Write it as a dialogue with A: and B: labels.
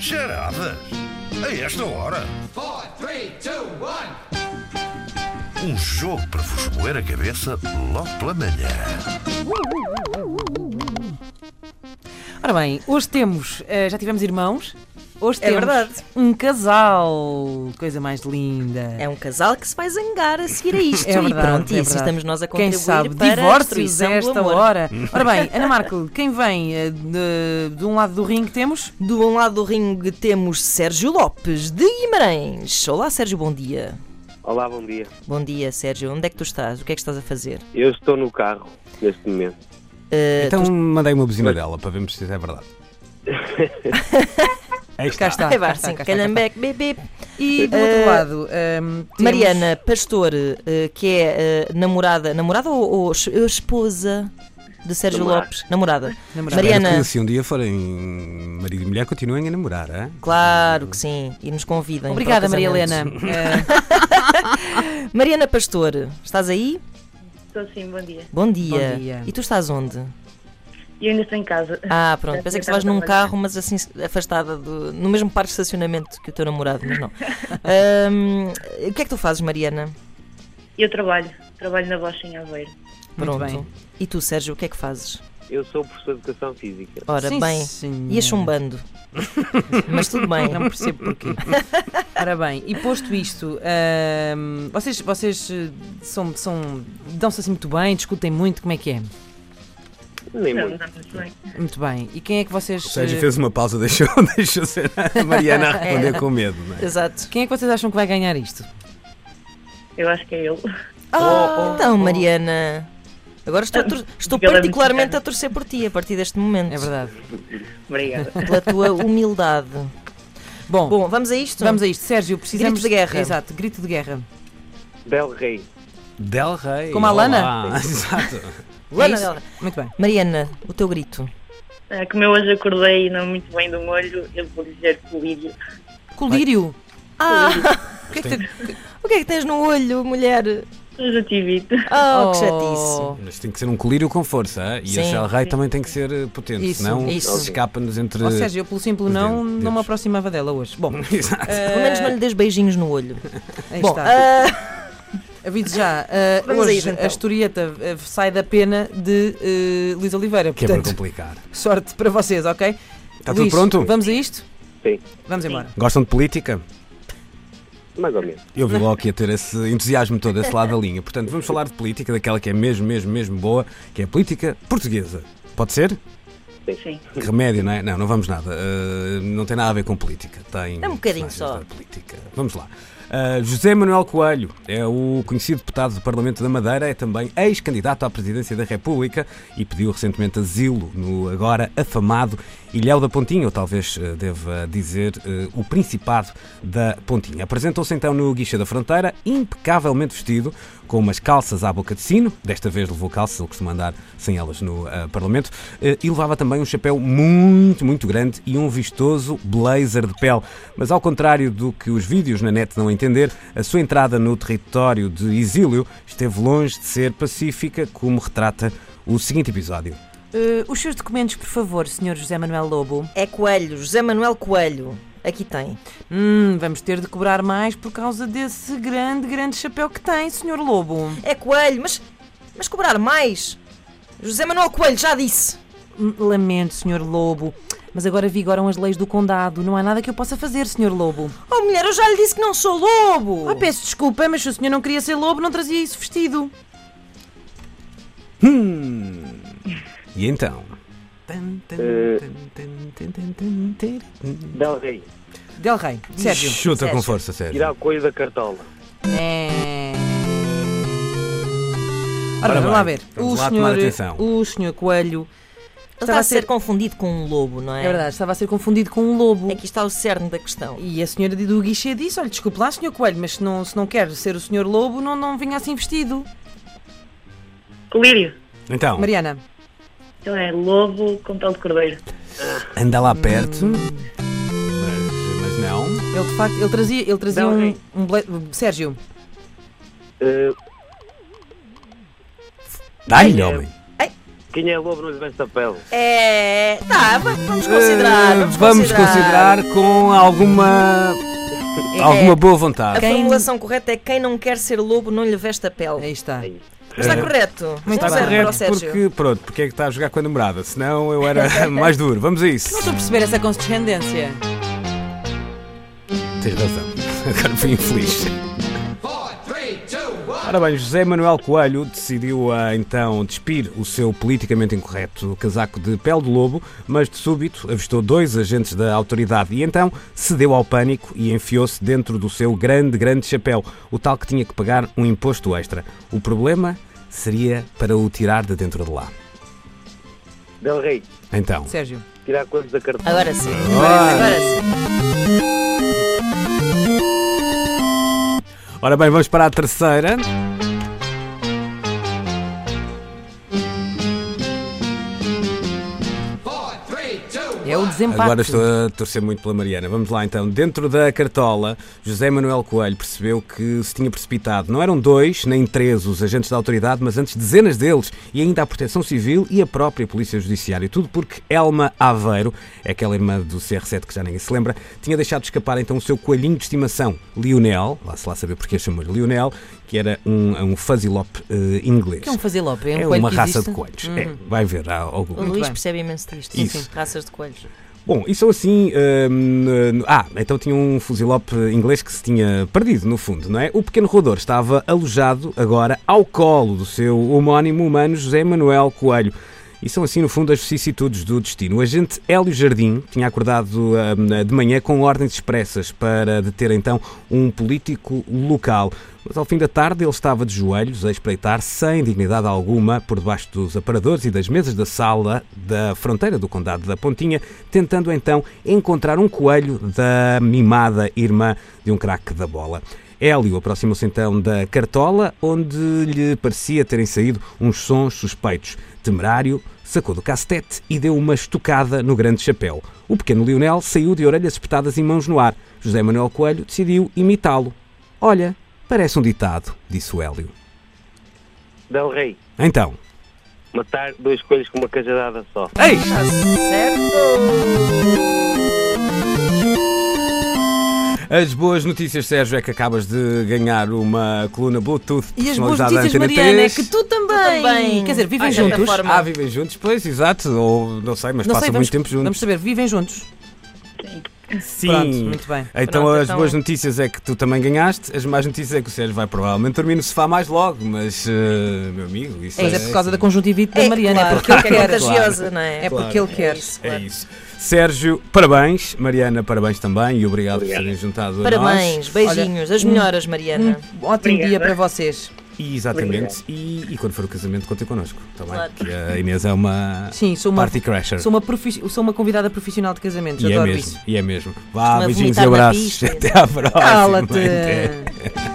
A: almofadas? A esta hora?
B: four, three, two, one.
A: Um jogo para vos moer a cabeça logo pela manhã.
C: Ora bem, hoje temos, eh, já tivemos irmãos, hoje
D: É
C: temos
D: verdade.
C: um casal, coisa mais linda.
D: É um casal que se vai zangar a seguir a isto.
C: É verdade,
D: e pronto,
C: é
D: e assim
C: verdade.
D: estamos nós a
C: Quem
D: contribuir
C: sabe,
D: para a
C: divórcios a
D: destruição do
C: esta
D: amor.
C: hora. Ora bem, Ana Marco, quem vem eh, de, de um lado do ringue temos?
D: Do um lado do ringue temos Sérgio Lopes, de Guimarães. Olá Sérgio, bom dia.
E: Olá, bom dia.
D: Bom dia Sérgio, onde é que tu estás? O que é que estás a fazer?
E: Eu estou no carro neste momento.
D: Eh,
F: Então mandei uma buzina dela para vermos se isso é verdade. Aí
C: Cá
F: está.
C: está.
D: é
C: cá
D: bar,
C: está,
D: sim,
C: cá está, cá está.
D: calhambeque, bebê.
C: E do outro lado ehm, temos-
D: Mariana Pastor, eh, que é eh, namorada, namorada ou, ou es- ou esposa de Sérgio
E: Namorada.
D: Lopes? Namorada.
C: Namorada.
D: Mariana,
F: Que se um dia forem marido e mulher, continuem a namorar, é?
D: claro que sim, e nos convidem. para o
C: Obrigada, Maria
D: casamento.
C: Helena. Eh,
D: Mariana Pastor, estás aí?
G: Estou sim, bom dia.
D: Bom dia.
C: Bom dia.
D: E tu estás onde?
G: E eu ainda estou em casa.
D: Ah, pronto. Pensei que tu vais num
G: Trabalhar.
D: carro, mas assim afastada do, no mesmo parque de estacionamento que o teu namorado, mas não. Ahm, o que é que tu fazes, Mariana?
G: Eu trabalho, trabalho na Bosch em Aveiro.
C: Muito
D: Pronto.
C: bem.
D: E tu, Sérgio, o que é que fazes?
E: Eu sou professor de Educação Física.
D: Ora
C: sim,
D: bem,
C: senhora.
D: ia chumbando. mas tudo bem.
C: Não percebo porquê. Ora bem, e posto isto, ehm, vocês, vocês eh, são, são, dão-se assim muito bem, discutem muito, como é que é?
E: Nem
G: Não,
E: muito.
G: não, muito bem.
C: Muito bem. E quem é que vocês.
F: O Sérgio
C: eh,
F: fez uma pausa, deixou, deixou ser a Mariana a responder com medo, não é?
D: Exato.
C: Quem é que vocês acham que vai ganhar isto?
G: Eu acho que é ele.
C: Oh,
D: então, Mariana. Agora estou, a tor- estou
G: Porque ela é
D: particularmente
G: mexicana.
D: a torcer por ti a partir deste momento.
C: É verdade.
G: Obrigada.
D: Pela tua humildade.
C: Bom,
D: Bom, vamos a isto?
C: vamos a isto. Sérgio, precisamos.
D: Grito de guerra.
C: Exato, grito de guerra.
E: Del Rey.
F: Del Rey.
C: Como a Lana?
F: Olá. Exato.
D: Lana
C: É isso?
D: Del Rey.
C: Muito bem.
D: Mariana, o teu grito.
G: Ah, Como eu hoje acordei não muito bem do molho, eu vou dizer colírio.
C: Colírio.
D: Ah,
C: O que é que tem-
D: o que é que tens no olho, mulher?
G: Mas eu tive.
D: Oh, que chatice.
F: Mas tem que ser um colírio com força, é? e
D: Sim.
F: a Del Rey também tem que ser eh, potente,
C: Isso,
F: senão
C: isso.
F: escapa-nos entre.
C: Ou seja, Oh, eu pelo simples
F: Os
C: não,
F: dedos,
C: não me
F: dedos.
C: aproximava dela hoje. Bom,
F: Exato.
D: Pelo menos não lhe des beijinhos no olho.
C: aí
D: Bom,
C: está.
D: ah,
C: Aviso já, ah,
D: Vamos a
C: hoje
D: isso, então.
C: a historieta ah, sai da pena de ah, Luís Oliveira.
F: que é para
C: portanto,
F: complicar.
C: sorte para vocês, ok?
F: Está Tá tudo
C: Luís,
F: pronto?
C: Vamos a isto?
E: Sim,
C: Vamos embora.
F: Gostam de política?
E: mais ou menos.
F: Eu vi logo que ia ter esse entusiasmo todo, esse lado da linha. Portanto, vamos falar de política, daquela que é mesmo, mesmo, mesmo boa, que é a política portuguesa. Pode ser?
G: Sim.
F: Que Remédio, não é? Não, não vamos nada. Ah, não tem nada a ver com política. Tem
D: É um bocadinho
F: personagens
D: só.
F: da política. Vamos lá. Ah, José Manuel Coelho é o conhecido deputado do Parlamento da Madeira, é também ex-candidato à presidência da República e pediu recentemente asilo no agora afamado Ilhéu da Pontinha, ou talvez ah, deva dizer ah, o Principado da Pontinha. Apresentou-se então no guichê da fronteira, impecavelmente vestido, com umas calças à boca de sino, desta vez levou calças, ele costuma andar sem elas no ah, Parlamento, eh, e levava também um chapéu muito, muito grande e um vistoso blazer de pele. Mas ao contrário do que os vídeos na net dão a entender, a sua entrada no território de exílio esteve longe de ser pacífica, como retrata o seguinte episódio.
C: Ah, os seus documentos, por favor, Sr. José Manuel Lobo.
D: é Coelho, José Manuel Coelho. Aqui tem.
C: Hum, vamos ter de cobrar mais por causa desse grande, grande chapéu que tem, Sr. Lobo.
D: É Coelho, mas, mas cobrar mais. José Manuel Coelho, já disse.
C: Hum, Lamento, Sr. Lobo, mas agora vigoram as leis do condado. Não há nada que eu possa fazer, Sr. Lobo.
D: Oh, mulher, eu já lhe disse que não sou lobo.
C: Ah, peço desculpa, mas se o senhor não queria ser lobo, não trazia isso vestido.
F: E então?
E: Eh, Del Rey.
C: Del Rey, Sérgio.
F: Chuta
D: Sérgio.
F: com força, Sérgio.
E: Tirar o coelho da cartola.
C: É. Ora,
F: Ora
C: bem, vamos lá
F: bem,
C: ver.
F: vamos
C: o,
F: lá
C: senhor,
F: tomar atenção.
C: o senhor Coelho
D: Ele está
C: estava
D: tá a ser confundido com um lobo, não
C: É
D: é?
C: verdade, estava a ser confundido com um lobo.
D: Aqui está o cerne da questão.
C: E a senhora do guichê disse: Olha, desculpe lá, senhor Coelho, mas se não, se não quer ser o senhor lobo, não, não venha assim vestido.
G: Colírio.
F: Então,
C: Mariana.
G: Ele é lobo com pele de cordeiro.
F: anda lá perto, mas, mas não.
C: Ele de facto, ele trazia, ele trazia
G: Del
C: um,
G: Rey.
C: um bla- Sérgio,
E: Eh,
F: Dá-lhe, homem.
E: Quem é lobo não lhe veste a pele.
D: É. Tá, va- vamos considerar. Vamos,
F: Eh, Vamos considerar com alguma.
D: É,
F: Alguma boa
D: A
F: vontade.
D: formulação correta é quem não quer ser lobo não lhe veste a pele.
C: Aí está.
D: Está correto.
C: Muito
D: Um
C: bem.
D: zero para o Sérgio.
F: porque, pronto, porque é que está a jogar com a namorada? Senão eu era mais duro. Vamos a isso.
C: Não estou a perceber essa condescendência.
F: Tens razão. Agora fui infeliz.
B: Four, three, two, one.
F: Ora bem, José Manuel Coelho decidiu ah, então despir o seu politicamente incorreto casaco de pele de lobo, mas de súbito avistou dois agentes da autoridade e então cedeu ao pânico e enfiou-se dentro do seu grande, grande chapéu, o tal que tinha que pagar um imposto extra. O problema seria para o tirar de dentro de lá.
E: Del Rey,
F: Então,
C: Sérgio.
E: tirar quantos da cartola?
D: Agora sim. Agora sim.
F: ora bem, vamos para a terceira.
B: Four, three, two,
C: É o desempate.
F: Agora estou a torcer muito pela Mariana. Vamos lá então. Dentro da cartola, José Manuel Coelho percebeu que se tinha precipitado. Não eram dois nem três os agentes da autoridade, mas antes dezenas deles. E ainda a Proteção Civil e a própria Polícia Judiciária. Tudo porque Elma Aveiro, aquela irmã do CR7 que já ninguém se lembra, tinha deixado escapar então o seu coelhinho de estimação, Lionel. Lá se lá saber porque chamou-lhe Lionel, que era um, um fuzzilope eh, inglês.
C: Que é um fazilope, é um
F: É
C: coelho
F: uma
C: que
F: raça
C: existe. Uhum.
F: de coelhos. É, vai ver, há algum.
D: O Luís
C: bem.
D: percebe imenso disto.
F: Isso.
D: Enfim, raças de coelhos.
F: Bom, e são assim. hum, ah, então tinha um fuzilope inglês que se tinha perdido, no fundo, não é? O pequeno roedor estava alojado agora ao colo do seu homónimo humano José Manuel Coelho. E são assim, no fundo, as vicissitudes do destino. O agente Hélio Jardim tinha acordado hum, de manhã com ordens expressas para deter então um político local. Mas ao fim da tarde ele estava de joelhos a espreitar sem dignidade alguma por debaixo dos aparadores e das mesas da sala da fronteira do Condado da Pontinha, tentando então encontrar um coelho da mimada irmã de um craque da bola. Hélio aproximou-se então da cartola, onde lhe parecia terem saído uns sons suspeitos. Temerário, sacou do castete e deu uma estocada no grande chapéu. O pequeno Lionel saiu de orelhas espetadas e mãos no ar. José Manuel Coelho decidiu imitá-lo. Olha, parece um ditado, disse o Hélio.
E: Del Rey,
F: Então.
E: matar dois coelhos com uma cajadada só.
F: Ei!
D: Está certo.
F: As boas notícias, Sérgio, é que acabas de ganhar uma coluna Bluetooth
C: E as boas
F: personalizada à
C: notícias,
F: Antena
C: Mariana, é
F: 3.
C: que tu também.
D: também.
C: Quer dizer, vivem
D: Ah, é.
C: juntos.
D: Plataforma.
F: Ah, vivem juntos, pois, exato. Ou não sei, mas
C: Não sei,
F: passam
C: vamos,
F: muito tempo juntos.
C: vamos saber, vivem juntos.
F: Sim.
C: Pronto, muito bem.
F: Então
D: Pronto,
F: as
D: então-
F: boas notícias é que tu também ganhaste, as más notícias é que o Sérgio vai provavelmente dormir no sofá mais logo, mas, eh, meu amigo, isso é,
C: Mas é por causa da conjuntivite da
D: É,
C: Mariana,
D: claro,
C: é porque ele
D: é
C: quer.
D: contagiosa, não é?
C: É porque ele quer.
D: isso,
F: É
D: claro.
F: isso. Sérgio, parabéns. Mariana, parabéns também e obrigado, por terem juntado a nós.
D: Parabéns, beijinhos, as melhoras, Mariana.
C: Um ótimo dia para vocês.
F: E, exatamente. E, e quando for o casamento, contem connosco. Tá bem?
D: Claro.
F: Que a Inês é uma
C: Sim, sou uma,
F: party crasher.
C: sou uma, profi- sou uma convidada profissional de casamentos,
F: e é
C: adoro
F: mesmo.
C: isso.
F: E é mesmo. Vá,
D: Costuma
F: beijinhos e
D: vomitar na
F: abraços.
D: pista.
F: Até à próxima.
C: Cala-te!
F: Até.